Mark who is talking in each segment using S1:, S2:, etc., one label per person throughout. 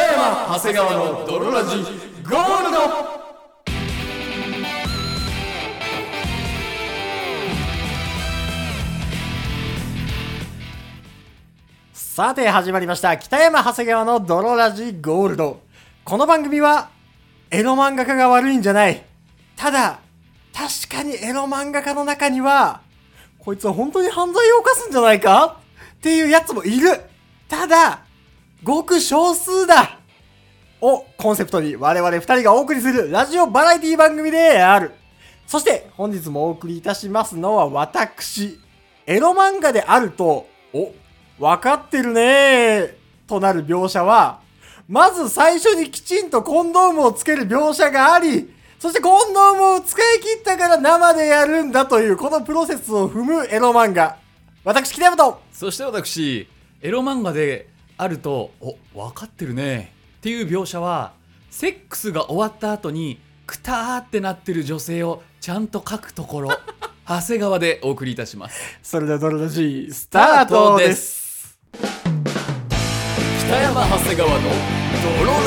S1: 長谷川の泥ラジゴールド
S2: さて始まりました北山長谷川の泥ラジゴールドこの番組はエロ漫画家が悪いんじゃないただ確かにエロ漫画家の中にはこいつは本当に犯罪を犯すんじゃないかっていうやつもいるただごく少数だをコンセプトに我々2人がお送りするラジオバラエティ番組である。そして本日もお送りいたしますのは私、エロ漫画であると、お、わかってるねーとなる描写は、まず最初にきちんとコンドームをつける描写があり、そしてコンドームを使い切ったから生でやるんだというこのプロセスを踏むエロ漫画。私、北山と
S1: そして私エロ漫画であるとお分かってるねっていう描写はセックスが終わった後にくたーってなってる女性をちゃんと書く ところ長谷川でお送りいたします
S2: それではドロラジー、スタートです。
S1: す北山長谷川の泥ラ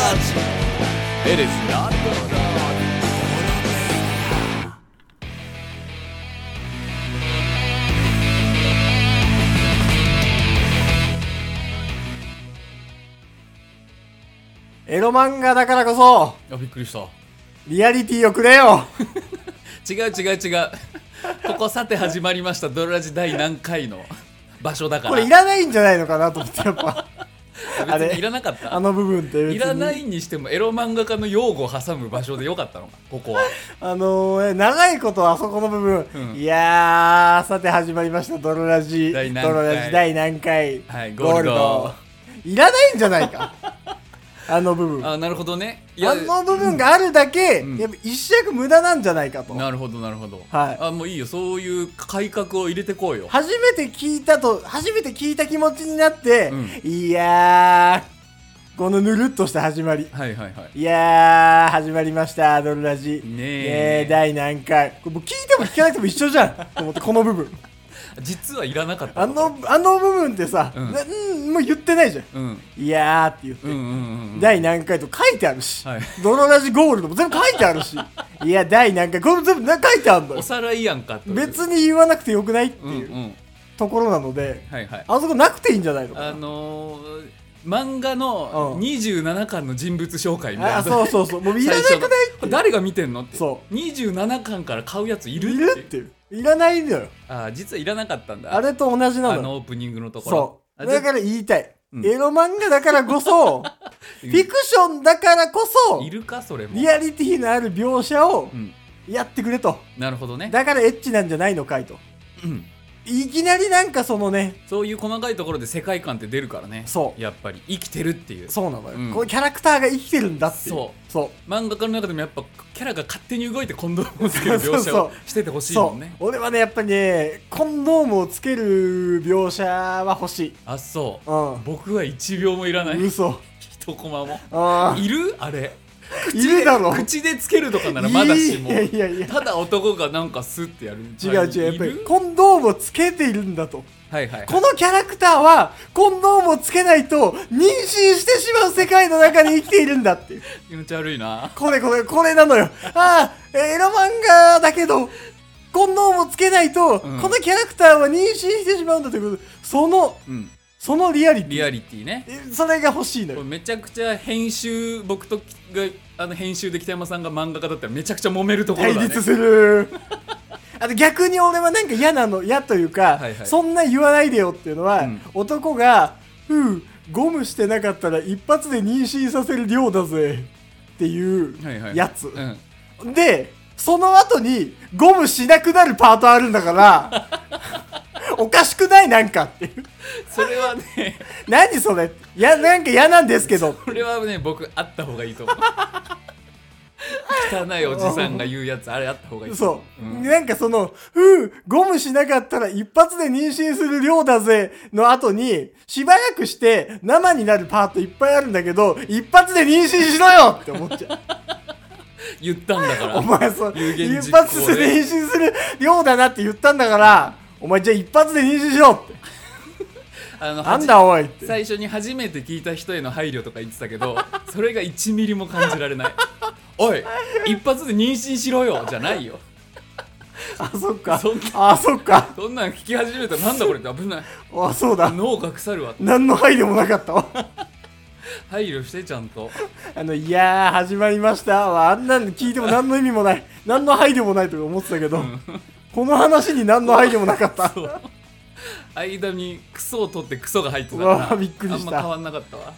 S1: ジ It is not
S2: エロ漫画だからこそ、
S1: あびっくりした
S2: リアリティをくれ よ
S1: 違う違う違うここさて始まりました「ドロラジ第何回」の場所だから
S2: これいらないんじゃないのかなと思って、やっ ぱ、あれ
S1: 別にいらなかっ
S2: あ
S1: た
S2: の部分って別に。
S1: いらないにしてもエロ漫画家の用語を挟む場所でよかっ たのかここは
S2: あのー、長いことあそこの部分。
S1: うん
S2: いやー、さて始まりました、ドロラジ。
S1: 第何
S2: ド
S1: 回
S2: ロラジ第何回。
S1: はいゴールド
S2: いらないんじゃない かあの部分。あ
S1: あなるほどねいや
S2: の部分があるだけ、
S1: うん
S2: やっぱ一尺無駄なんじゃないかと。
S1: なるほどなるほど、
S2: はい
S1: あもういいよそういう改革を入れてこうよ
S2: 初めて聞いたと初めて聞いた気持ちになって、
S1: う
S2: いやーこのぬるっとした始まり
S1: はいはいはい
S2: いやー始まりましたドルラジ
S1: ねえ
S2: え第何回これもう聞いても聞かなくても一緒じゃんと思ってこの部分
S1: 実はいらなかった
S2: あのあの部分ってさ、
S1: うん
S2: なうん、もう言ってないじゃん
S1: うんうん
S2: いやーって言って、
S1: うんうんうん
S2: 第何回と書いてあるし、
S1: はい
S2: ドロラジゴールドも全部書いてある しいや第何回これも全部な書いてあるんだよ
S1: おさらいやんかという
S2: 別に言わなくてよくないって
S1: うん
S2: いううんところなので、
S1: はいはい
S2: あそこなくていいんじゃないのかな
S1: あのー、漫画の
S2: うん
S1: 27巻の人物紹介みたいな
S2: あそうそうそうもういらなくない
S1: 最初の誰が見てんのって
S2: そ
S1: 27巻から買うやついる
S2: い
S1: って
S2: るっていういらないのよ
S1: あ実はいらなかったんだ
S2: あれと同じな
S1: あ
S2: の
S1: の
S2: よ
S1: オープニングのところ
S2: そうだから言いたい、
S1: うん
S2: エロ漫画だからこそフ
S1: うん
S2: ィクションだからこそ
S1: いるかそれも
S2: リアリティのある描写を
S1: うん、
S2: やってくれと
S1: なるほどね、
S2: だからエッチなんじゃないのかいと
S1: うん、
S2: いきなりなんかそのね
S1: そういう細かいところで世界観って出るからね
S2: そう
S1: やっぱり生きてるっていう
S2: そうなのよ、
S1: うん
S2: こうキャラクターが生きてるんだっていう
S1: そ
S2: そう
S1: 漫画家の中でもやっぱキャラが勝手に動いてコンドームをつける
S2: そう
S1: 描
S2: そう
S1: 写
S2: そう
S1: をしててほしい
S2: そ
S1: も
S2: うん
S1: ね
S2: 俺はねやっぱりねコンドームをつける描写は欲しい
S1: あそう
S2: う
S1: 僕は1秒もいらない
S2: ん嘘
S1: 一コマも
S2: あ
S1: いるあれ
S2: ーいるだろ
S1: 口でつけるとかならまだしも
S2: いやいやいや
S1: ただ男がなんかスッてやる
S2: 違う違うやっぱ
S1: い
S2: り
S1: る
S2: コンドームをつけているんだと
S1: はいはい
S2: このキャラクターはコンドームをつけないと妊娠してしまう世界の中に生きているんだっていう
S1: 気持ち悪いな
S2: これこれこれな のよああエロ漫画だけどコンドームをつけないと、
S1: うん
S2: このキャラクターは妊娠してしまうんだということその
S1: うん
S2: そのリアリティ
S1: リアリティね
S2: えそれが欲しいの
S1: これ
S2: よ
S1: めちゃくちゃ編集僕ときがあの編集で北山さんが漫画家だったらめちゃくちゃ揉めるところ
S2: 対
S1: だね
S2: 立す るあと逆に俺はなんか嫌なの嫌というか、
S1: はいはい
S2: そんな言わないでよっていうのは、
S1: うん
S2: 男が「ふうゴムしてなかったら一発で妊娠させる量だぜ」っていう
S1: はいはい
S2: やつ、
S1: うん、
S2: でその後にゴムしなくなるパートあるんだから おかしくないなんかっていう
S1: それはね
S2: 何それいやなんか嫌なんですけど
S1: これはね僕あった方がいい と思う汚いおじさんが言うやつあれあった方がいいと思
S2: そう、なんかその、ふう、ゴムしなかったら一発で妊娠する量だぜの後に、しばらくして生になるパートいっぱいあるんだけど、一発で妊娠しろよって思っちゃう。
S1: 言ったんだから
S2: お前そう、
S1: 有言実行
S2: 一発で
S1: で
S2: 妊娠する量だなって言ったんだから、お前じゃあ一発で妊娠しろって。
S1: あの
S2: なんだおいって
S1: 最初に初めて聞いた人への配慮とか言ってたけどそれが1ミリも感じられないおい一発で妊娠しろよじゃないよ
S2: あそっか
S1: そん
S2: あそっか
S1: そんなん聞き始めたらなんだこれって危ない
S2: あそうだ
S1: 脳が腐るわ
S2: 何の配慮もなかったわ
S1: 配慮してちゃんと
S2: あのいやー始まりましたはあんなの聞いても何の意味もない何の配慮もないとか思ってたけど、この話に何の配慮もなかった
S1: そう間にクソを取ってクソが入ってたか
S2: うわ
S1: ら
S2: ーびっくりした
S1: あんま変わんなかったわ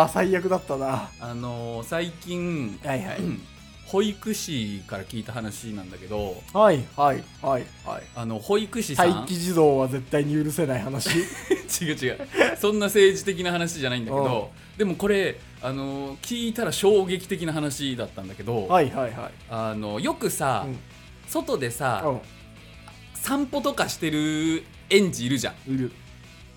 S2: あー最悪だったな
S1: あのー最近
S2: はいはい
S1: 保育士から聞いた話なんだけど
S2: はいはいはいはい
S1: あの保育士さん
S2: 待機児童は絶対に許せない話
S1: 違う違うそんな政治的な話じゃないんだけどでもこれあの聞いたら衝撃的な話だったんだけど、
S2: はいはいはい
S1: あのよくさ、
S2: うん
S1: 外でさ、
S2: う
S1: 散歩とかしてる園児いるじゃん
S2: んいる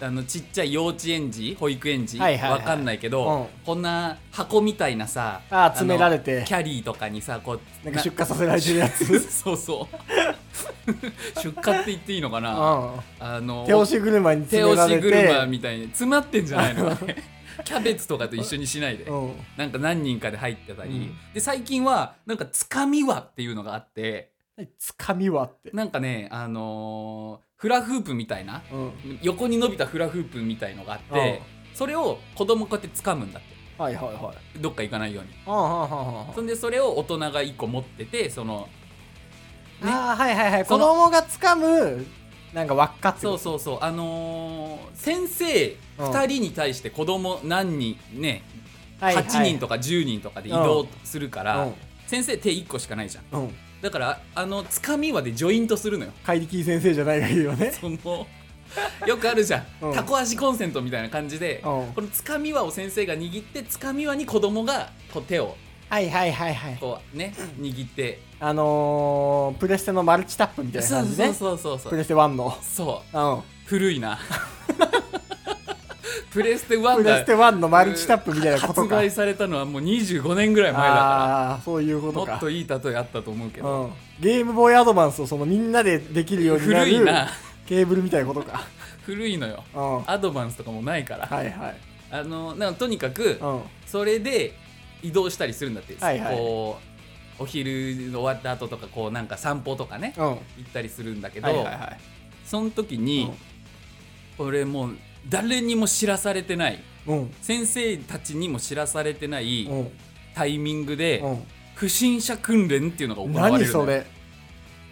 S1: あのちっちゃい幼稚園児保育園児、
S2: はいはいはい
S1: わかんないけど、
S2: う
S1: こんな箱みたいなさ
S2: あー詰められて
S1: のキャリーとかにさこう
S2: なんか出荷させられてるやつ
S1: な そうそう 出荷って言っていいのかな、
S2: う
S1: あの
S2: ん手押し車に
S1: 手
S2: 詰めら
S1: 押
S2: れ
S1: し車
S2: て
S1: みたいに詰まってんじゃないの あれキャベツとかと一緒にしないで、
S2: うん
S1: なんか何人かで入ってたり、
S2: うん
S1: で最近はなんかつかみ輪っていうのがあって
S2: つかみはって
S1: なんかねあのーフラフープみたいな
S2: うん
S1: 横に伸びたフラフープみたいのがあってそれを子供こうやって掴むんだって
S2: はいはいはい
S1: どっか行かないように
S2: あああ
S1: そんでそれを大人が1個持っててそのね
S2: あーはいはいはい
S1: そ
S2: 子
S1: の
S2: 供が掴むなんか輪っかって
S1: そうそうそうあのー先生
S2: うん
S1: 2人に対して子供何人ね
S2: う
S1: 8人とか10人とかで移動するから、
S2: うん
S1: 先生手1個しかないじゃん
S2: うん
S1: だからあのつかみ輪でジョイントするのよ
S2: 怪力先生じゃないがいいよ ね
S1: そのよくあるじゃん、
S2: うん
S1: タコ足コンセントみたいな感じで、
S2: うん
S1: このつかみ輪を先生が握ってつかみ輪に子供がこう手を
S2: はいはいはいはい
S1: こうね握って
S2: あのー、プレステのマルチタップみたいな
S1: そう
S2: 感じ
S1: そう
S2: ね
S1: そうそうそ
S2: プ
S1: う
S2: レステ1の
S1: そう
S2: う
S1: 古いな プレステ
S2: んプ
S1: 1
S2: レス
S1: が
S2: テ1のマルチタップみたいなこと
S1: 発
S2: か
S1: 売されたのはもう25年ぐらい前だか
S2: ああーそういうこ
S1: らも
S2: とか
S1: っといい例えあったと思うけど、
S2: うん、ゲームボーイアドバンスをそのみんなでできるようにな
S1: 古いな
S2: るケーブルみたいなことか
S1: 古いのよ
S2: うんは
S1: アドバンスとかもないから、
S2: いはい
S1: あのなんかとにかく
S2: うん
S1: それで移動したりするんだって、
S2: はいはい
S1: こうお昼終わった後とかこうなんか散歩とかね
S2: うん
S1: 行ったりするんだけど、
S2: はいはいはい
S1: その時に、これもう誰にも知らされてない
S2: うん
S1: 先生たちにも知らされてない
S2: うん
S1: タイミングで、
S2: うん
S1: 不審者訓練っていうのが行われるの
S2: 何
S1: よ
S2: それ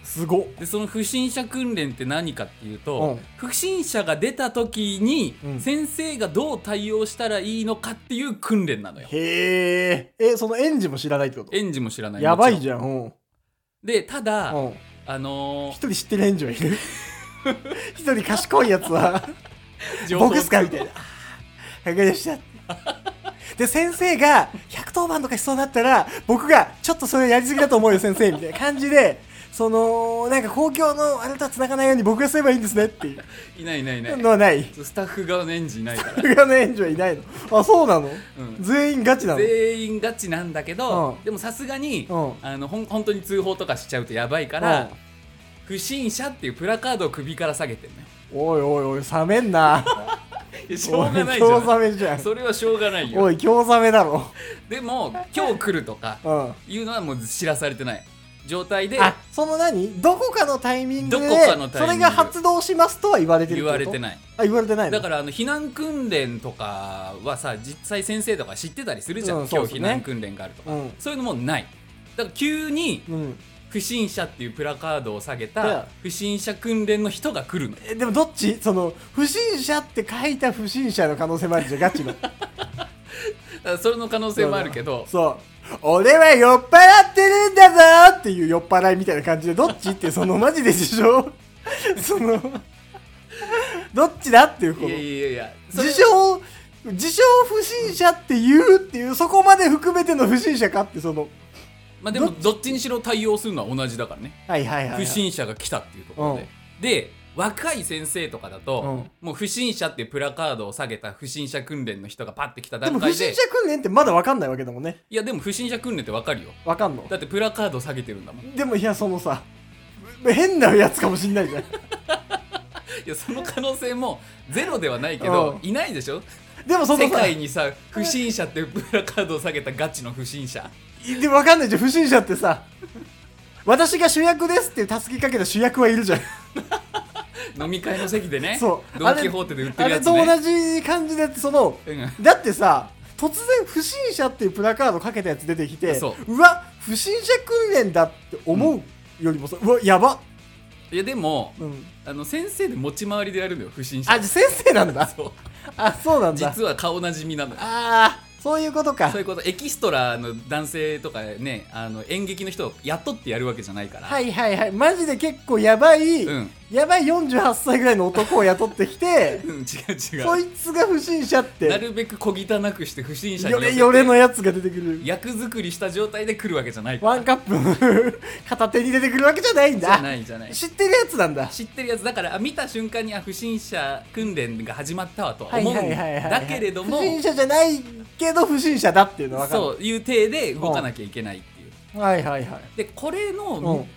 S2: すごっ
S1: でその不審者訓練って何かっていう
S2: う
S1: と
S2: ん、
S1: 不審者が出た時に、
S2: うん
S1: 先生がどう対応したらいいのかっていう訓練なのよ
S2: へええその園児も知らないってこと
S1: 園児も知らない
S2: やばい
S1: ゃ
S2: じゃんうんうん
S1: んでただ、あの
S2: 一人知ってる園児はいる 一人賢いやつは
S1: ー、情報
S2: 僕っすかみたいな 「わかりました」で先生が110番とかしそうになったら僕が「ちょっとそれやりすぎだと思うよ先生」みたいな感じでそのなんか公共のあれとは繋がないように僕がすればいいんですねっていう
S1: いないいないいない
S2: のはない
S1: スタッフ側の園児いないから
S2: 僕がの援助はいないのあそうなの、
S1: ん
S2: 全員ガチなの
S1: 全員ガチなんだけど、
S2: うん
S1: でもさすがに、
S2: うん
S1: あのほん本当に通報とかしちゃうとやばいから、不審者っていうプラカードを首から下げてるね
S2: うんおいおいおい冷めんな
S1: いや しょうがないじ
S2: おい
S1: ゃ
S2: 興ざ
S1: ん
S2: めじゃん
S1: それはしょうがない
S2: お
S1: よ
S2: い興ざめだろ
S1: でも今日来るとか
S2: うん
S1: いうのはもう知らされてない状態で
S2: あその何どこかのタイミングで
S1: どこかのタイミング
S2: それが発動しますとは言われてる
S1: 言われて
S2: い
S1: ない
S2: あ言われてないの
S1: だからあの避難訓練とかはさ実際先生とか知ってたりするじゃん、
S2: うんそう
S1: 今
S2: っす
S1: 日
S2: ね
S1: 避難訓練があるとか、
S2: うん
S1: そういうのもないだから急に
S2: うん
S1: 不審者っていうプラカードを下げ
S2: うん
S1: た不審者訓練の人が来るの
S2: えでもどっちその不審者って書いた不審者の可能性もあるじゃんガ チの
S1: だからそれの可能性もあるけど
S2: そう俺は酔っ払ってるんだぞっていう酔っ払いみたいな感じでどっちってそのマジで事情 そのどっちだっていうこ
S1: い
S2: の
S1: やいやいやそれ
S2: 自称自称不審者って言うっていうそこまで含めての不審者かってその
S1: まあでもどっちにしろ対応するのは同じだからね
S2: はいはいはい、はい、
S1: 不審者が来たっていうところで、で若い先生とかだと、もう不審者っていうプラカードを下げた不審者訓練の人がパッて来た
S2: でも
S1: 段
S2: 不
S1: 階
S2: 審
S1: で
S2: 者訓練ってまだ分かんないわけだもんね
S1: いやでも不審者訓練ってわかるよ
S2: 分かんの
S1: だってプラカード下げてるんだもん
S2: でもいやそのさ変なやつかもしんないじゃん
S1: いやその可能性もゼロではないけど、
S2: う
S1: いないでしょ
S2: でもその
S1: 世
S2: さ
S1: 界にさ不審者っていうプラカードを下げたガチの不審者
S2: でわかんないじゃん不審者ってさ私が主役ですってたすきかけた主役はいるじゃん
S1: 飲み会の席でね
S2: そう
S1: ドン・キホーテで売って
S2: あ
S1: る
S2: れ
S1: やつ
S2: と
S1: ね
S2: 同じ感じでその
S1: うん
S2: だってさ突然不審者っていうプラカードかけたやつ出てきて
S1: そう
S2: わ不審者訓練だって思うよりもさ、うわやば、
S1: いやでも
S2: うん、
S1: あの先生で持ち回りでやるのよ不審者
S2: あじゃあ先生なんだ
S1: そう
S2: あそうなんだ
S1: 実は顔なじみなのよ
S2: ああそういうことか
S1: そういうことエキストラの男性とかねあの演劇の人を雇ってやるわけじゃないから、
S2: はいはいはいマジで結構やばい、
S1: うん、
S2: やばい48歳ぐらいの男を雇ってきて
S1: うん違う違う
S2: そいつが不審者って
S1: なるべく小汚くして不審者に
S2: よ
S1: 寄せ
S2: れ
S1: て
S2: よれのやつが出てくる
S1: 役作りした状態で来るわけじゃないから
S2: ワンカップ片手に出てくるわけじゃないん
S1: じゃ
S2: だ
S1: ないじゃない
S2: 知ってるやつなんだ
S1: 知ってるやつだからあ見た瞬間にあ不審者訓練が始まったわとは
S2: はい
S1: 思
S2: は
S1: う
S2: い
S1: ん
S2: はいはい
S1: だけれども
S2: 不審者じゃないけど不審者だっていうのは分かる
S1: そういう体で動かなきゃいけないっていう
S2: はいはいはい
S1: でこれ
S2: うん
S1: の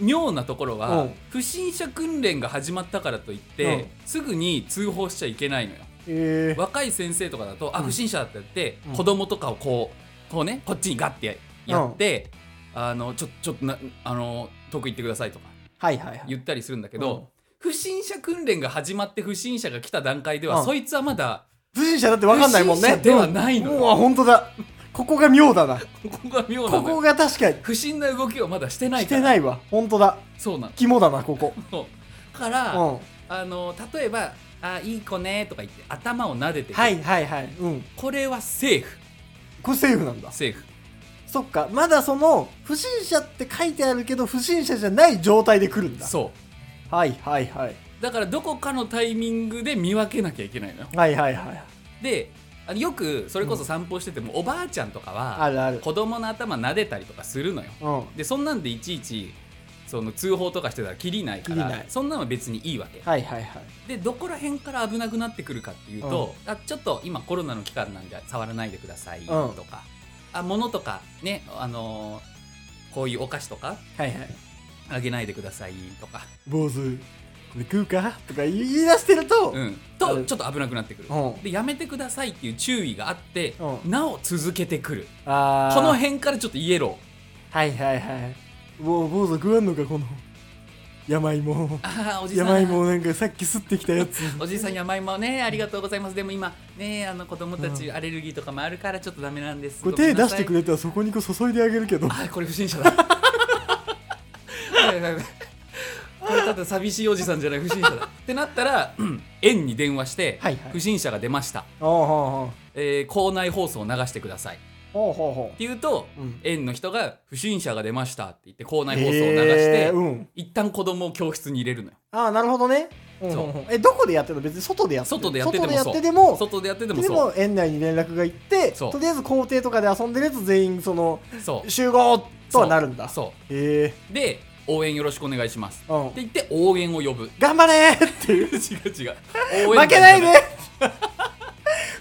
S1: 妙なところ
S2: う
S1: は
S2: ん
S1: 不審者訓練が始まったからといってすぐに通報しちゃいけないのよ
S2: えー、
S1: 若い先生とかだと、あ
S2: うん
S1: 不審者だってやって、
S2: うん
S1: 子供とかをこうこうねこっちにガッてややって、あのちょちょっとなあの遠く行ってくださいとか
S2: はいはいはい
S1: 言ったりするんだけ
S2: う
S1: ど、不審者訓練が始まって不審者が来た段階では、
S2: うん
S1: そいつはまだ
S2: 不審者だって分かんないもんね
S1: 不審者ではないの
S2: う
S1: よ
S2: わ本当だここが妙だな
S1: ここが妙な
S2: こ
S1: のよ
S2: こが確かに
S1: 不審な動きをまだしてない
S2: し
S1: から
S2: てないわ本当だ
S1: そうなの
S2: 肝だなここ
S1: そうから、
S2: うん
S1: あの例えば「あいい子ね」とか言って頭を撫でてくる、
S2: はいはいはいうん
S1: これはセーフ
S2: これセーフなんだ
S1: セーフ
S2: そっかまだその不審者って書いてあるけど不審者じゃない状態で来るんだ
S1: そ
S2: はいはいはいう
S1: だからどこかのタイミングで見分けなきゃいけないのよ
S2: はいはいはい
S1: であのよくそれこそ散歩してても、おばあちゃんとか
S2: あ
S1: は
S2: るある
S1: 子供の頭撫でたりとかするのよ
S2: うん
S1: でそんなんでいちいちその通報とかしてたらキリないか
S2: キリな
S1: ら
S2: い
S1: そんなのは別にいいわけ
S2: はいはいはい
S1: でどこら辺から危なくなってくるかっていうと、あちょっと今コロナの期間なんで触らないでくださいとか、あ物とかねあのーこういうお菓子とか
S2: はいはい
S1: あげないでくださいとか、
S2: 坊主これ食うかとか言い出してると、
S1: うん、
S2: う
S1: と
S2: ん
S1: ちょっと危なくなってくる、
S2: うん
S1: でやめてくださいっていう注意があって、
S2: う
S1: なお続けてくる
S2: あー
S1: この辺からちょっとイエロー
S2: はいはいはいもう坊主食わんのかこの山芋
S1: ああおじさん
S2: 山芋なんかさっき吸ってきたやつ
S1: おじいさん山芋ねありがとうございますでも今ねあの子供たちアレルギーとかもあるからちょっとダメなんです
S2: これ手出してく
S1: れ
S2: れたらそこにこう注いであげるけど
S1: あこれ不審者だはいはいはいこれだって寂しいおじさんじゃない不審者だってなったら うん園に電話して、
S2: はいはい
S1: 不審者が出ました、
S2: ほうほ
S1: えー校内放送を流してくださいって
S2: うほうほうほうほ
S1: 言うと、
S2: うん
S1: 園の人が不審者が出ましたって言って校
S2: う
S1: 内放送を流して、
S2: えーうん、
S1: 一旦子供を教室に入れるのよ
S2: ああなるほどねうん
S1: そう
S2: うんうんえどこでやってるの別に外でやってる
S1: 外でやってても
S2: 外でや
S1: そう
S2: ってでも
S1: 外でやってても
S2: で
S1: そう
S2: も園内に連絡が行って
S1: そう
S2: とりあえず校庭とかで遊んでるやつ全員その
S1: そう
S2: 集合とはなるんだ
S1: そう
S2: へえ
S1: で応援よろしくお願いします
S2: うん
S1: って言って応援を呼ぶ
S2: 頑張れーっていう
S1: 違う違う
S2: 負けないで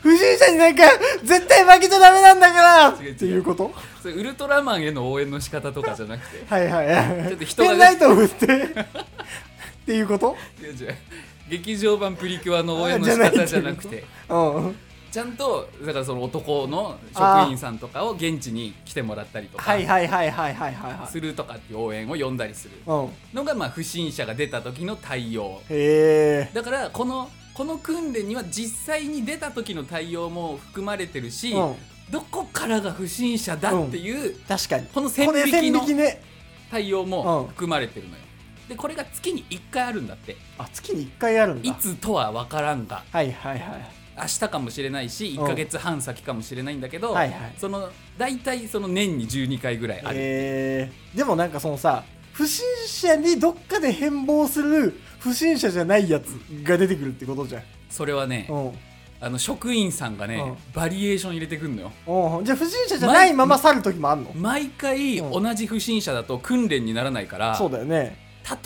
S2: 不審者になんか絶対負けちゃダメなんだからっ
S1: 違う違う
S2: ていうこと
S1: それウルトラマンへの応援の仕方とかじゃなくて
S2: はいはいはい
S1: ちょっと人が
S2: ペンライトを振って って いうこと
S1: 違う違う劇場版プリキュアの応援の仕方じゃなくて
S2: うん
S1: ちゃんとだからその男の
S2: あー
S1: 職員さんとかを現地に来てもらったりとか
S2: はいはいはいはいはいはいはい
S1: するとかっていう応援を呼んだりする
S2: うん
S1: のがまあ不審者が出た時の対応
S2: へえ
S1: だからこのこの訓練には実際に出た時の対応も含まれてるし、
S2: うん
S1: どこからが不審者だっていう
S2: 確かに
S1: この線
S2: これ線
S1: 引き
S2: 引
S1: の
S2: きね
S1: 対応
S2: うん
S1: も含まれてるのよ、でこれが月に1回あるんだって
S2: あ月に1回あるんだ
S1: いつとは分からんが
S2: はいはいはい
S1: 明日かもしれないし
S2: うん
S1: 1か月半先かもしれないんだけど、
S2: はいはい
S1: その大体その年に12回ぐらいある、
S2: えー、でもなんかそのさ不審者にどっかで変貌する不審者じゃないやつが出てくるってことじゃん、
S1: それはね、
S2: うん
S1: あの職員さんがね、
S2: う
S1: バリエーション入れてくんのよ
S2: うん、じゃあ不審者じゃないまま去る時もあんの
S1: 毎回
S2: うん
S1: 同じ不審者だと訓練にならないから、
S2: そうだよね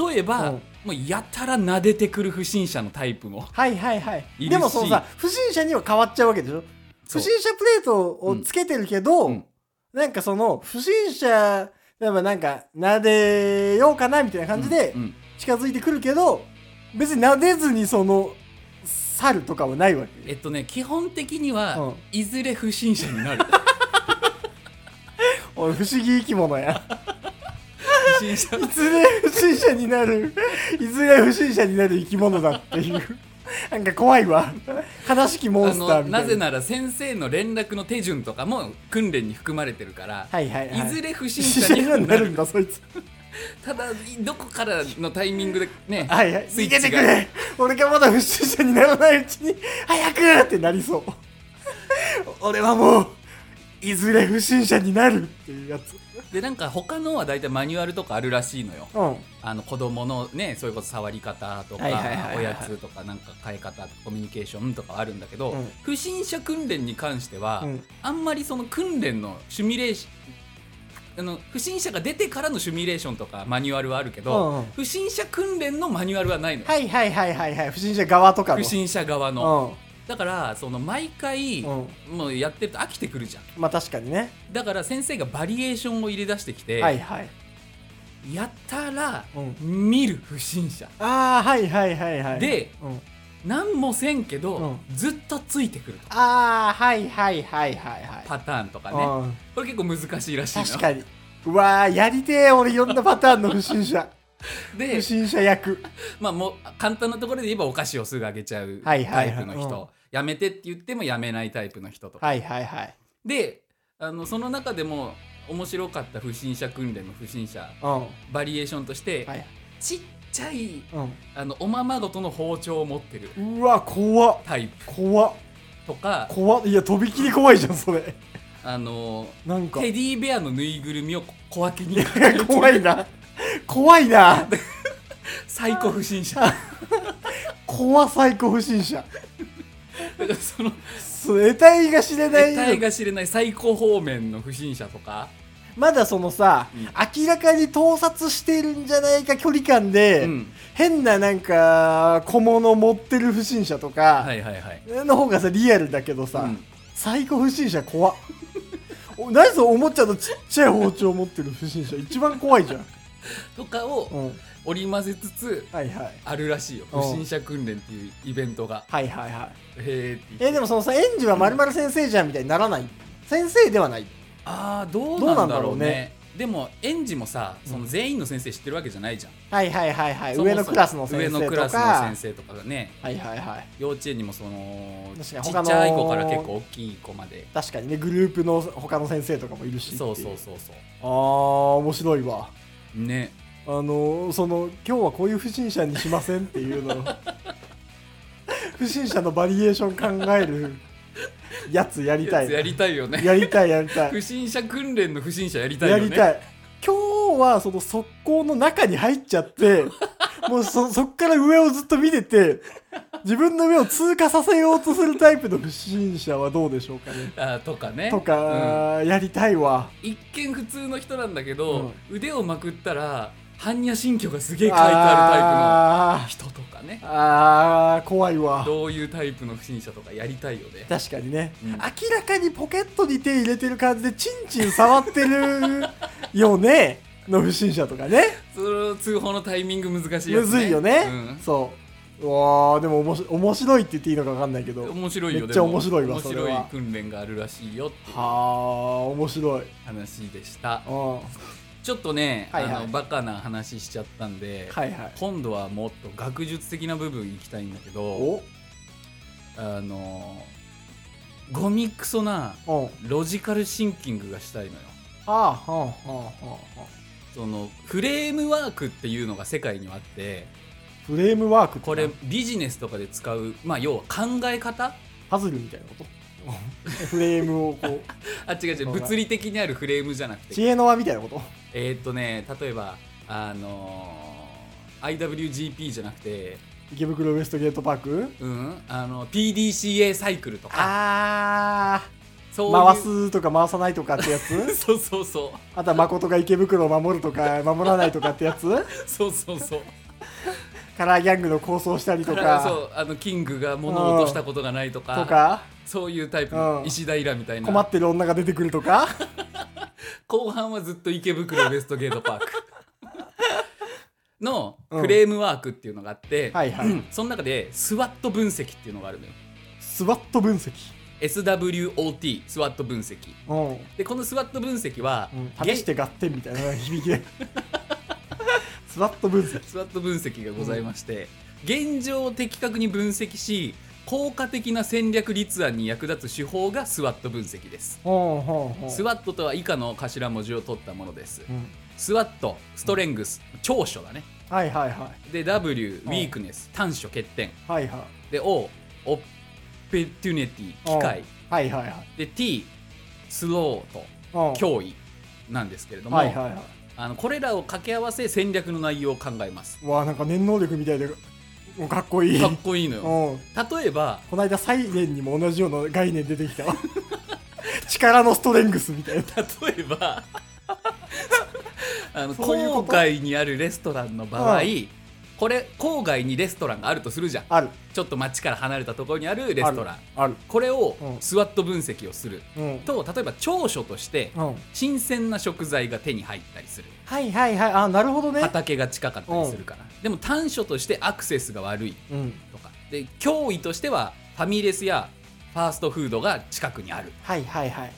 S1: 例えば、
S2: うん
S1: もうやたら撫でてくる不審者のタイプも
S2: はいはいはい
S1: いるし
S2: でもそのさ不審者には変わっちゃうわけでしょ
S1: そ
S2: 不
S1: う
S2: 審者プレートをつけてるけど、
S1: うんうん
S2: なんかその不審者例えばなんか撫でようかなみたいな感じで
S1: うん
S2: 近づいてくるけど、別に撫でずにその猿とかはないわけ
S1: えっとね基本的には、
S2: うん
S1: いずれ不審者に なる
S2: おい不思議生き物や
S1: 不審者
S2: いずれ不審者になるいずれ不審者になる生き物だっていうなんか怖いわ悲しきモン
S1: あ
S2: スター
S1: の
S2: みたいな
S1: なぜなら先生の連絡の手順とかも訓練に含まれてるから、
S2: はいはいはい
S1: いずれ不審
S2: 不
S1: 者
S2: 審
S1: に
S2: 者
S1: は
S2: に な
S1: な
S2: る
S1: る
S2: んだそいつ
S1: ただどこからのタイミングでね
S2: はいはい
S1: スイ
S2: 逃
S1: ッ
S2: げ
S1: チ
S2: てく
S1: が
S2: れ俺がまだ不審者にならないうちに早くってなり そう俺はもういずれ不審者になるっていうやつ
S1: でなんか他のは大体マニュアルとかあるらしいのよ
S2: うん
S1: あの子供のねそういうこと触り方とか、
S2: はいはいはいはい
S1: おやつとかなんか変え方とかコミュニケーションとかあるんだけど、
S2: うん
S1: 不審者訓練に関しては、
S2: うん
S1: あんまりその訓練のシミュレーションあの不審者が出てからのシミュレーションとかマニュアルはあるけど、
S2: うんうん
S1: 不審者訓練のマニュアルはないのよ、
S2: はいはいはいはいはい不審者側とかの
S1: 不審者側
S2: う
S1: の、だからその毎回、
S2: うん
S1: もうやってると飽きてくるじゃん
S2: んまあ確かにね
S1: だから先生がバリエーションを入れ出してきて、
S2: はいはい
S1: やったら、
S2: うん
S1: 見る不審者
S2: ああはいはいはいはい
S1: で
S2: うん
S1: なんもせんけど、
S2: う
S1: ずっとついてくる
S2: ああはいはいはいはいはい
S1: パターンとかね、
S2: うん
S1: これ結構難しいらしいの
S2: 確かにうわーやりてえ俺いろんなパターンの不審 者
S1: で
S2: 不、審者役
S1: まあ、もう簡単なところで言えばお菓子をすぐあげちゃうタ
S2: はいはいはい
S1: イプの人、
S2: うん
S1: やめてって言ってもやめないタイプの人とか、
S2: はいはいはい
S1: であのその中でも面白かった不審者訓練の不審者
S2: うんは
S1: バリエーションとして、
S2: い
S1: ちっちゃい
S2: うん
S1: あのおままごとの包丁を持ってる
S2: うわ怖っ
S1: タイプ
S2: 怖っ
S1: とか
S2: 怖っいやとびきり怖いじゃんそれ
S1: あの
S2: なんか
S1: テディベアのぬいぐるみを小分けに
S2: 怖いな怖いな
S1: 最高不 審者だか
S2: 怖最高不審者
S1: らその
S2: そう得体が知れな
S1: 得
S2: い
S1: 体が知れない最高方面の不審者とか、
S2: まだそのさ、
S1: うん
S2: 明らかに盗撮してるんじゃないか距離感で、
S1: うん
S2: 変ななんか小物持ってる不審者と
S1: は
S2: か、
S1: いはいはい、
S2: の方がさリアルだけどさ、
S1: うん
S2: 最高不審者怖っお何そのおもちゃのちっちゃい包丁持ってる不審者一番怖いじゃん、
S1: とか
S2: う
S1: を
S2: ん、
S1: 織り交ぜつつ
S2: はいはい
S1: あるらしいよ
S2: うん
S1: 不審者訓練っていうイベントが
S2: はいはいはい
S1: へーって
S2: えでもそのさ園児はまるまる先生じゃんみたいにならない先生ではない
S1: ああど
S2: う
S1: う
S2: な
S1: なんん
S2: だ
S1: だ
S2: ろ
S1: ろ
S2: う
S1: う
S2: ね
S1: ねでも園児もさその全員の先生知ってるわけじゃないじゃん、
S2: はいはいはいはい
S1: そも
S2: 上
S1: そも
S2: のクラスの先生とか
S1: 上のクラスの先生とかがね
S2: はいはいはい
S1: 幼稚園にもその
S2: 確か
S1: ち
S2: に
S1: っ
S2: 他の
S1: ちゃい子から結構大きい子まで
S2: 確かにねグループの他の先生とかもいるしってい
S1: そうそうそうそう
S2: ああ面白いわ
S1: ね
S2: あのーその今日はこういう不審者にしませんっていうのを 不審者のバリエーション考えるやつやりたい
S1: やりたいよね
S2: やりたいやりたい
S1: 不審者訓練の不審者やりたいよ
S2: や
S1: ね
S2: りたい今日はその速攻の中に入っちゃって もうそそっから上をずっと見てて自分の上を通過させようとするタイプの不審者はどうでしょうかね
S1: あーとかね
S2: とか、やりたいわ
S1: うん一見普通の人なんだけど、腕をまくったら般若心経がすげえ書いてあるタ
S2: あ
S1: イプの人とかね
S2: ーあー怖いわ
S1: どういうタイプの不審者とかやりたいよね
S2: 確かにね、
S1: うん
S2: 明らかにポケットに手入れてる感じでチンチン触ってるよねの不審者とかね
S1: その通報のタイミング難しいやつ、ね、
S2: むずいよね、
S1: うん
S2: そううわーでもおもし面白いって言っていいのか分かんないけど
S1: 面白いよ
S2: めっちゃ
S1: でも
S2: 面白いわ
S1: 面
S2: それは
S1: 白い訓練があるらしいよっていう
S2: はあ面白い
S1: 話でした
S2: うんは
S1: ちょっとね、
S2: はいはい
S1: あのバカな話しちゃったんで、
S2: いはい
S1: 今度はもっと学術的な部分いきたいんだけど
S2: お
S1: あのゴミクソな
S2: うん
S1: ロジカルシンキングがしたいのよ
S2: ああはあはあはあはあ
S1: そのフレームワークっていうのが世界にはあって
S2: フレームワークって
S1: これ
S2: な
S1: ビジネスとかで使うまあ要は考え方
S2: パズルみたいなこと フレームをこう
S1: あ違う違う物理的にあるフレームじゃなく
S2: 知
S1: て
S2: 恵の輪みたいなこと
S1: えーっとね例えばあのー IWGP じゃなくて
S2: 池袋ウエストゲートパーク
S1: うんあの PDCA サイクルとか
S2: ああ
S1: そういう
S2: 回すとか回さないとかってや つ
S1: そうそうそう
S2: あとは誠が池袋を守るとか守らないとかってやつ
S1: そうそうそう
S2: カラーギャングの構想したりと
S1: だから
S2: か
S1: そうあのキングが物を落としたことがないとか
S2: とか
S1: そういうタイプ
S2: う
S1: の
S2: ん
S1: 石平みたいな
S2: 困ってる女が出てくるとか
S1: 後半はずっと池袋ウエストゲートパークのフレームワークっていうのがあって、
S2: はいはい
S1: うんその中でスワット分析っていうのがあるのよ
S2: スワット分析
S1: SWOT スワット分析
S2: うん、う
S1: でこのスワット分析は、
S2: ん、試して合点みたいな響きでスワット分析
S1: スワット分析がございまして、現状を的確に分析し効果的な戦略立案に役立つ手法がスワット分析です、
S2: ほうほうほう
S1: スワットとは以下の頭文字を取ったものです、
S2: うん、
S1: スワットストレングス、長所だね
S2: はいはいはい
S1: で W ウ
S2: うん
S1: ィークネス短所欠点
S2: はいはい
S1: で O オペテュネティ機会
S2: はいはいはい
S1: で T スローと
S2: うん
S1: 脅威なんですけれども、
S2: はいはいは
S1: あのこれらを掛け合わせ戦略の内容を考えます
S2: いわあなんか念能力みたいでもうかっこいい
S1: かっこいいの
S2: うん
S1: よ例えば
S2: この間サイレンにも同じような概念出てきたわ力のストレングスみたいな
S1: 例えば あの
S2: そういうこと
S1: 郊外にあるレストランの場合、
S2: うん
S1: これ郊外にレストランがあるとするじゃん
S2: ある
S1: ちょっと街から離れたところにあるレストラン
S2: ある
S1: これを
S2: うん
S1: スワット分析をする
S2: あるうん
S1: と例えば長所として
S2: うん
S1: 新鮮な食材が手に入ったりする
S2: はいはいはいあなるほどね
S1: 畑が近かったりするからでも短所としてアクセスが悪い
S2: うん
S1: とかで脅威としてはファミレスやファーストフードが近くにある
S2: はいはいはい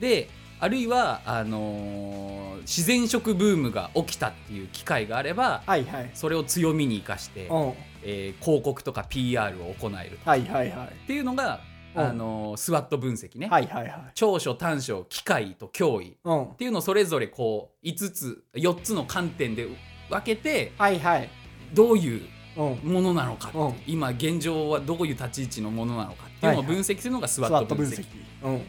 S1: であるいはあのー自然食ブームが起きたっていう機会があれば
S2: はいはい
S1: それを強みに生かして
S2: う、んはい
S1: えー広告とか PR を行える
S2: はいはいは
S1: っていうのが、
S2: うん
S1: あのースワット分析ね、
S2: いはいはいはい
S1: 長所短所機会と脅威っ
S2: うん
S1: ていうのをそれぞれこう5つ4つの観点で分けて
S2: はいはい
S1: どういう
S2: うん
S1: ものなのかっていう
S2: うん
S1: 今現状はどういう立ち位置のものなのかっていうのを分析するのがス
S2: ス
S1: ワ
S2: ワ
S1: ッ
S2: ット
S1: ト
S2: 分
S1: 分析,、
S2: 析うん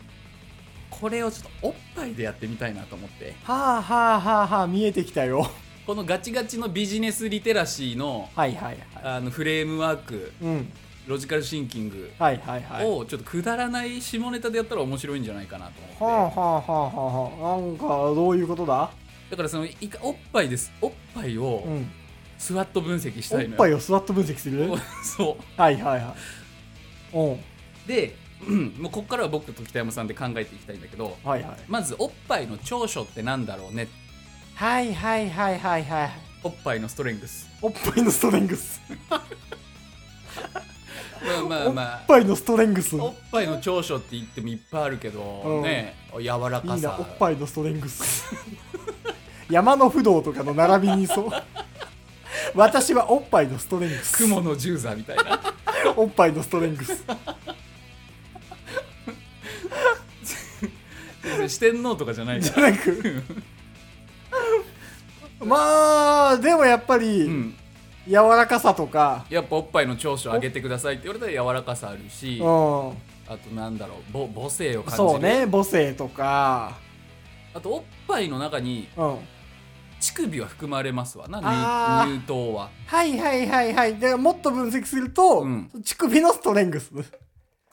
S1: これをちょっとおっぱいでやってみたいなと思って
S2: はあはあはあはあ見えてきたよ
S1: このガチガチのビジネスリテラシーの
S2: はいはいはい
S1: あのフレームワーク
S2: うん
S1: ロジカルシンキング
S2: はいはいはい
S1: をちょっとくだらない下ネタでやったら面白いんじゃないかなと
S2: はあ
S1: 思って、
S2: はあはあはあはあなんかどういうことだ
S1: だからそのいかおっぱいですおっぱいを
S2: うん
S1: スワット分析し
S2: お
S1: た
S2: っ
S1: いのよ
S2: ぱいをスワット分析する
S1: そ
S2: はいはいはいうん
S1: うでうんもうここからは僕と北山さんで考えていきたいんだけど
S2: はいはい
S1: まずおっぱいの長所ってなんだろうね
S2: はいはいはいはいはい
S1: おっぱいのストレングス
S2: おっぱいのストレングス
S1: まあま
S2: お
S1: あま
S2: っ
S1: あ
S2: ぱいのストレングスい
S1: おっぱいの長所って言ってもいっぱいあるけど、
S2: うん
S1: ね柔らか
S2: いな
S1: さ
S2: おっぱいのストレングス山の不動とかの並びにそう 私はおっぱいのストレングス
S1: 雲の十座みたいな
S2: おっぱいのストレングス
S1: 四天王とかじゃない
S2: じ
S1: か
S2: ゃなく まあでもやっぱり、
S1: ら、うん、
S2: 柔らかさとか
S1: やっぱおっぱいの長所上げてくださいって言われたら柔らかさある
S2: うん
S1: しあとなんだろうぼ母性を感じる
S2: そうね母性とか
S1: あとおっぱいの中に
S2: うん
S1: 乳首は含まれますわな
S2: あー
S1: 乳乳頭は
S2: はいはいはいはいでもっと分析すると、
S1: うん
S2: 乳首のストレングス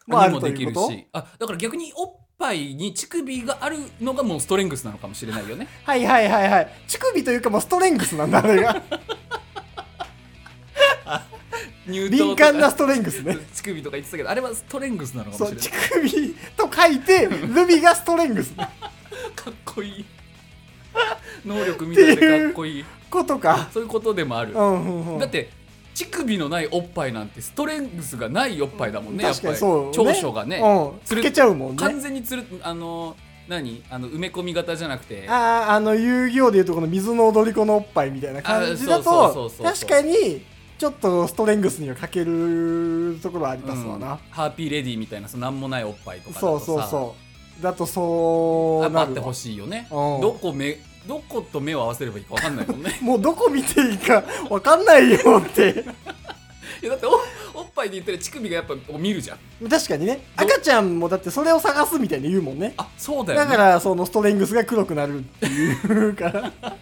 S2: もあ
S1: に
S2: る
S1: も
S2: と
S1: で
S2: い
S1: き
S2: う
S1: る
S2: こと
S1: しあだから逆におっぱいに乳首があるのがもうストレングスなのかもしれない よね
S2: はいはいはいはい乳首というかもうストレングスなんだあれ が
S1: 乳頭
S2: 敏
S1: とか
S2: 感なストレングスね
S1: 乳首とか言ってたけどあれはストレングスなのか
S2: そ
S1: も
S2: う
S1: しれ
S2: 乳
S1: ない
S2: 首と書いてルビがストレングスね
S1: かっこいい 能力みたいでかっこいい
S2: ことか
S1: そういうことでもある
S2: うんうんうん
S1: だって乳首のないおっぱいなんてストレングスがないおっぱいだもんねやっ
S2: 確
S1: ぱ
S2: か
S1: り
S2: にそう、ね、
S1: 長所がね、
S2: うん、
S1: つ
S2: つ
S1: る
S2: けちゃうもんね
S1: 完全につるあの何あの埋め込み型じゃなくて
S2: あああの遊戯王でいうとこの水の踊り子のおっぱいみたいな感じだ
S1: あそう
S2: と
S1: そうそうそうそ
S2: 確
S1: う
S2: かにちょっとストレングスには欠けるところはあり
S1: う
S2: ますわ
S1: ん、
S2: な、
S1: ハーピーレディーみたいなそのなんもないおっぱいとかだ
S2: そ
S1: と
S2: うそ
S1: さ
S2: うそうだとそう
S1: やっぱ
S2: な
S1: あっ
S2: る
S1: て
S2: わ
S1: ほしいよね
S2: うん
S1: どこ目どこと目を合わせればいいかわかんないもんね
S2: もうどこ見ていいかわかんないよって
S1: いやだっておおっぱいで言ったら乳首がやっぱこう見るじゃん
S2: 確かにね赤ちゃんもだってそれを探すみたいに言うもんね
S1: あそうだよ
S2: だ
S1: ね
S2: からそのストレングスが黒くなるっていうから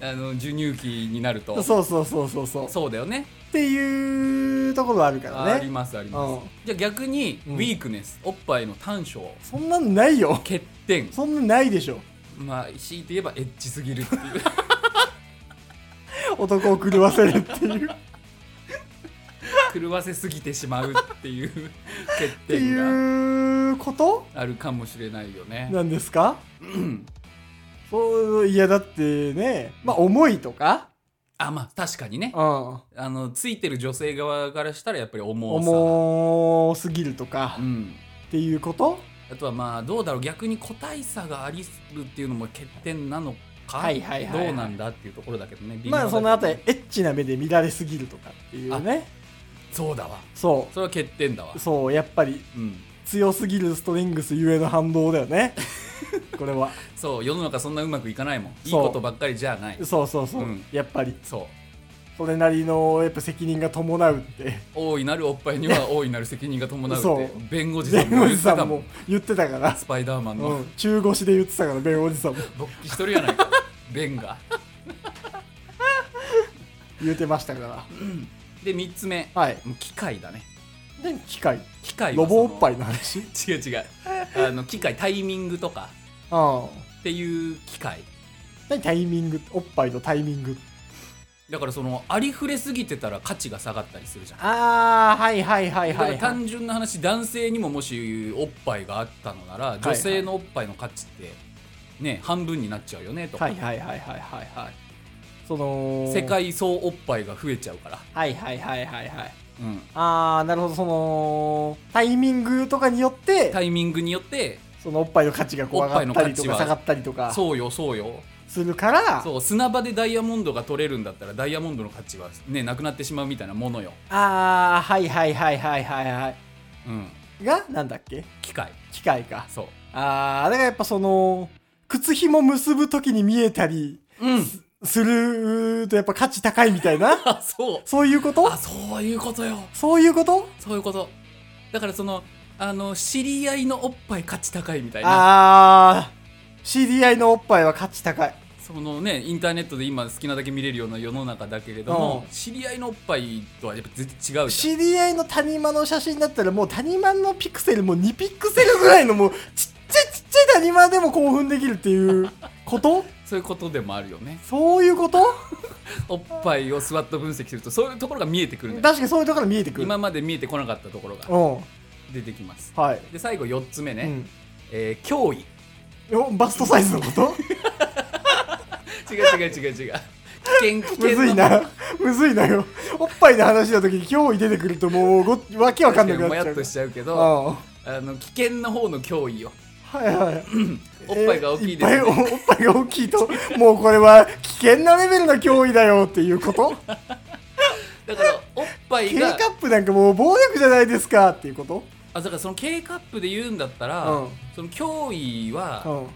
S1: あの授乳期になると
S2: そうそうそうそうそうっ
S1: そうだよね
S2: ていうところはあるか
S1: あ
S2: ら
S1: り
S2: ね
S1: ますありま
S2: うん
S1: すじゃあ逆に
S2: うん
S1: ウィークネス、おっぱいの短所
S2: そんなのないよ
S1: 欠点
S2: そんなのないでしょ
S1: まあ強いて言えばエッチすぎる っていう
S2: 男を狂わせるって いう
S1: 狂わせすぎてしまうって いう欠
S2: って
S1: 点が
S2: いうこと
S1: あるかもしれないよね
S2: なんです かそういやだってねまあ重いとか
S1: あまあ確かにね
S2: うん
S1: あのついてる女性側からしたらやっぱり重さ
S2: 重すぎるとか
S1: うん、
S2: っていうこと
S1: あとはまあどうだろう逆に個体差がありするっていうのも欠点なのか、
S2: はいはいはいはい
S1: どうなんだっていうところだけどね微妙
S2: まあ
S1: だけ
S2: そ
S1: ど
S2: のあたりエッチな目で見られすぎるとかっていうね
S1: そうだわ
S2: そ
S1: それは欠点だわ
S2: うそうやっぱり
S1: うん
S2: 強すぎるストリングスゆえの反動だよ ねこれは
S1: そう世の中そんなうまくいかないもんいい
S2: そう
S1: ことばっかりじゃない
S2: そうそうそう、
S1: うん
S2: やっぱり
S1: そう
S2: それなりのやっぱ責任が伴うって
S1: 大いなるおっぱいには大いなる責任が伴うっ
S2: そ
S1: て
S2: う
S1: 弁護士さん
S2: 弁
S1: も
S2: 護
S1: 言
S2: 士
S1: って
S2: さ
S1: たも
S2: ん
S1: ん
S2: も言ってたから
S1: スパイダーマンの、
S2: うん、中腰で言ってたから弁護士さんも
S1: 勃起しとる やないか弁が
S2: 言ってましたから
S1: で3つ目
S2: はい
S1: もう機械だね
S2: で機械
S1: 機械は
S2: ロ
S1: その
S2: ボおっぱいの話うん
S1: 違う違うあの機械タイミングとかっていう機械
S2: 何タイミングおっぱいのタイミング
S1: だからそのありふれすぎてたら価値が下がったりするじゃん、
S2: ああはいはいはい
S1: だから単純な話男性にももしおっぱいがあったのなら女性のおっぱいの価値ってね半分になっちゃうよねとか、
S2: はいはいはいはいはいはいその
S1: 世界総おっぱいが増えちゃうから、
S2: はいはいはいはいはい
S1: うん、
S2: ああなるほどそのタイミングとかによって
S1: タイミングによって
S2: そのおっぱいの価値がこう
S1: お
S2: 上
S1: っぱ
S2: が
S1: いの
S2: った
S1: 価
S2: り
S1: 値
S2: と
S1: は
S2: か下がったりとか
S1: そうよそうよ
S2: するから
S1: そう砂場でダイヤモンドが取れるんだったらダイヤモンドの価値はねなくなってしまうみたいなものよ、
S2: ああはいはいはいはいはいは
S1: うん、
S2: いがなんだっけ
S1: 機械
S2: 機械か
S1: そ
S2: ああだからやっぱその靴紐結ぶ時に見えたり
S1: ううん
S2: するとやっぱ価値高いみたいな
S1: あそう
S2: そういうこと
S1: あそういうことよ
S2: そういうこと
S1: そういうことだからそのあの知り合いのおっぱい価値高いみたいな
S2: ああ CDI のおっぱいは価値高い
S1: そのねインターネットで今好きなだけ見れるような世の中だけれども
S2: うん
S1: 知り合いのおっぱいとはやっぱ全然違うじゃん
S2: 知り合いの谷間の写真だったらもう谷間のピクセルも2ピクセルぐらいのもうちっちゃいちっちゃい谷間でも興奮できるっていうこと
S1: そういうことでもあるよね
S2: そういうこと
S1: おっぱいをスワット分析するとそういうところが見えてくるんだよ
S2: 確かにそういうところ見えてくる
S1: 今まで見えてこなかったところが
S2: うん
S1: 出てきます
S2: はい、
S1: で最後4つ目ね、
S2: うん
S1: えー脅威
S2: おバストサイズのこと
S1: 違う違う違う違う危険危
S2: む
S1: 険
S2: ずい
S1: の
S2: な むずいなよおっぱいの話した時に脅威出てくるともうごわけわかんなく
S1: も
S2: なっ
S1: や
S2: ちゃ
S1: っ
S2: う
S1: としちゃうけ
S2: うん
S1: ど
S2: は
S1: あの危険の方の脅威よ
S2: いはい
S1: おっぱいが大きいです、
S2: えーっぱいおおっぱいが大きいともうこれは危険なレベルの脅威だよっていうこと
S1: だからおっぱい
S2: K
S1: が
S2: カップなんかもう暴力じゃないですかっていうこと
S1: あだからその K カップで言うんだったら、
S2: うん
S1: その脅威は、
S2: うん、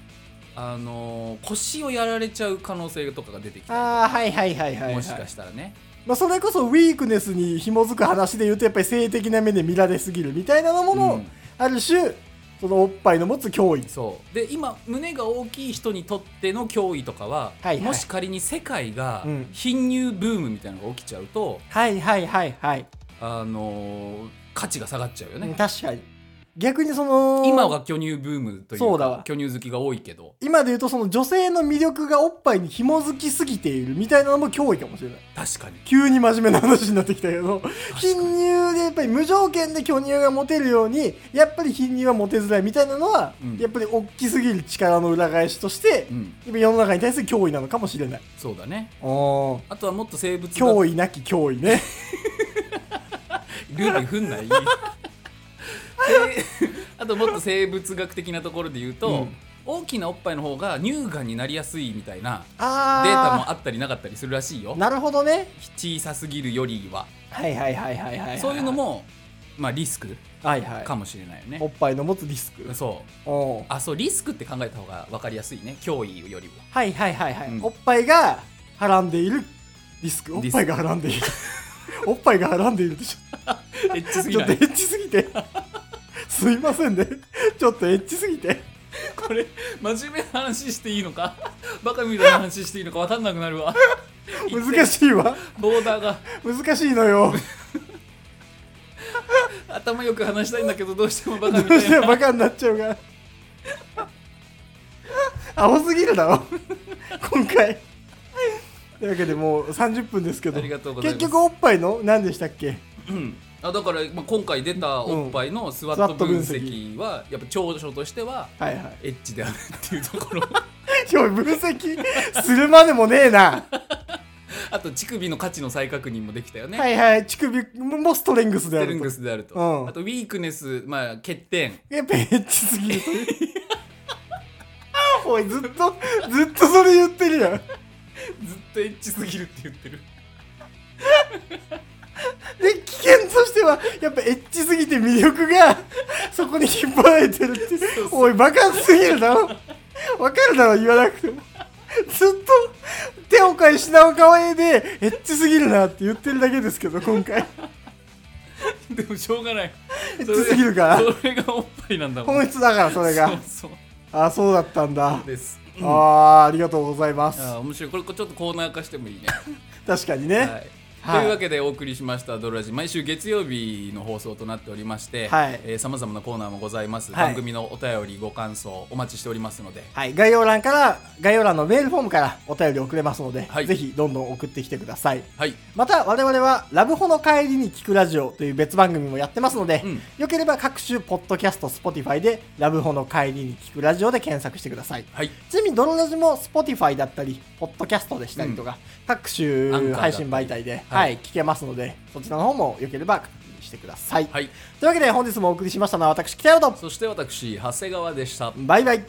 S1: あのー腰をやられちゃう可能性とかが出てきたりとか
S2: ああはいはいはいはい、はい、
S1: もしかしたらね
S2: まあ、それこそウィークネスに紐づく話で言うとやっぱり性的な目で見られすぎるみたいなのもの、
S1: うん
S2: ある種そのおっぱいの持つ脅威
S1: そうで今胸が大きい人にとっての脅威とかは、
S2: はいはい
S1: もし仮に世界が
S2: うん
S1: 貧乳ブームみたいなのが起きちゃうと、
S2: はいはいはいはい、
S1: あのー価値が下がっちゃうよ
S2: うん
S1: ね、
S2: 確かに逆にその
S1: 今は巨乳ブームというか
S2: そうだわ
S1: 巨乳好きが多いけど
S2: 今で言うとその女性の魅力がおっぱいに紐づきすぎているみたいなのも脅威かもしれない
S1: 確かに
S2: 急に真面目な話になってきたけど
S1: かに
S2: 貧乳でやっぱり無条件で巨乳がモテるようにやっぱり貧乳はモテづらいみたいなのは、
S1: うん
S2: やっぱり大きすぎる力の裏返しとして、
S1: うん
S2: やっぱ世の中に対する脅威なのかもしれない
S1: そうだね
S2: 脅
S1: あとはもっと生物学
S2: 威なき脅威ね
S1: ルール踏んないで あともっと生物学的なところで言うと、
S2: うん
S1: 大きなおっぱいの方が乳がんになりやすいみたいなデ
S2: あ
S1: ータも
S2: あ
S1: あったりなかったりするらしいよ
S2: なるほどね
S1: 小さすぎるよりは
S2: はいはいはいはいはいは
S1: そういうのも、まあ、リスク
S2: はいはい
S1: かもしれないよね、
S2: おっぱいの持つリスク
S1: そう
S2: おう
S1: あそうリスクって考えた方が分かりやすいね脅威 よりも
S2: はいはいはいはい、
S1: うん
S2: おっぱいがはらんでいるリスクおっ
S1: リスク
S2: ぱいがはらんでいる おっぱいがはらんでいるでしょ
S1: エッチすぎ
S2: ちょ
S1: な
S2: っとエ
S1: い
S2: ッチすぎてすいませんねちょっとエッチすぎて
S1: これ真面目な話していいのか バカみたいな話していいのか分かんなくなるわ
S2: 難しいわ
S1: ボーダーが
S2: 難しいのよ
S1: 頭よく話したいんだけどどうしてもバ
S2: ど
S1: カみた
S2: う
S1: い
S2: し
S1: な
S2: てもバカになっちゃうが青すぎるだろ今回というわけでもう30分ですけど
S1: ありがとうございます
S2: 結局おっぱいの何でしたっけ
S1: うんあだから、まあ、今回出たおっぱいのスワット分析は、やっぱ長所としては
S2: はいはい
S1: エッチである っていうところ
S2: 今日分析するまでもねえな
S1: あと乳首の価値の再確認もできたよね、
S2: はいはい乳首もストレングスであ
S1: ステル
S2: る
S1: ン
S2: と
S1: グスであると、
S2: うん
S1: あとウィークネスまあ欠点
S2: えペッチすぎるおいずっと ずっとそれ言ってるやん
S1: ずっとエッチすぎるって言ってる
S2: で危険としてはやっぱエッチすぎて魅力がそこに引っ張られてるって
S1: そうそう
S2: おいバカすぎるだろわかるだろ言わなくてもずっと手を返しなおかわえでエッチすぎるなって言ってるだけですけど今回
S1: でもしょうがない
S2: エッチすぎるから
S1: それがおっぱいなんだもん
S2: 本質だからそれが
S1: そうそう
S2: あそうだったんだ
S1: です
S2: ああありがとうございます
S1: あー面白いこれちょっとコーナー化してもいいね
S2: 確かにね
S1: はい
S2: はい
S1: というわけでお送りしました「ドロラジ」毎週月曜日の放送となっておりまして
S2: はい
S1: さまざまなコーナーもございます、
S2: はい
S1: 番組のお便りご感想お待ちしておりますので
S2: はい、概要欄から概要欄のメールフォームからお便り送れますので、
S1: はい
S2: ぜひどんどん送ってきてください
S1: はい
S2: また我々は「ラブホの帰りに聞くラジオ」という別番組もやってますので、
S1: うん
S2: よければ各種ポッドキャスト Spotify で「ラブホの帰りに聞くラジオ」で検索してください
S1: はい
S2: ちなみにドロラジも Spotify だったりポッドキャストでしたりとか、各
S1: アンカー
S2: 種
S1: だったり
S2: 配信媒体で、
S1: は
S2: はいい聞けますのでそちらの方もよければ確認してください、
S1: はい
S2: というわけで本日もお送りしましたのは私北山と
S1: そして私長谷川でした
S2: バイバイ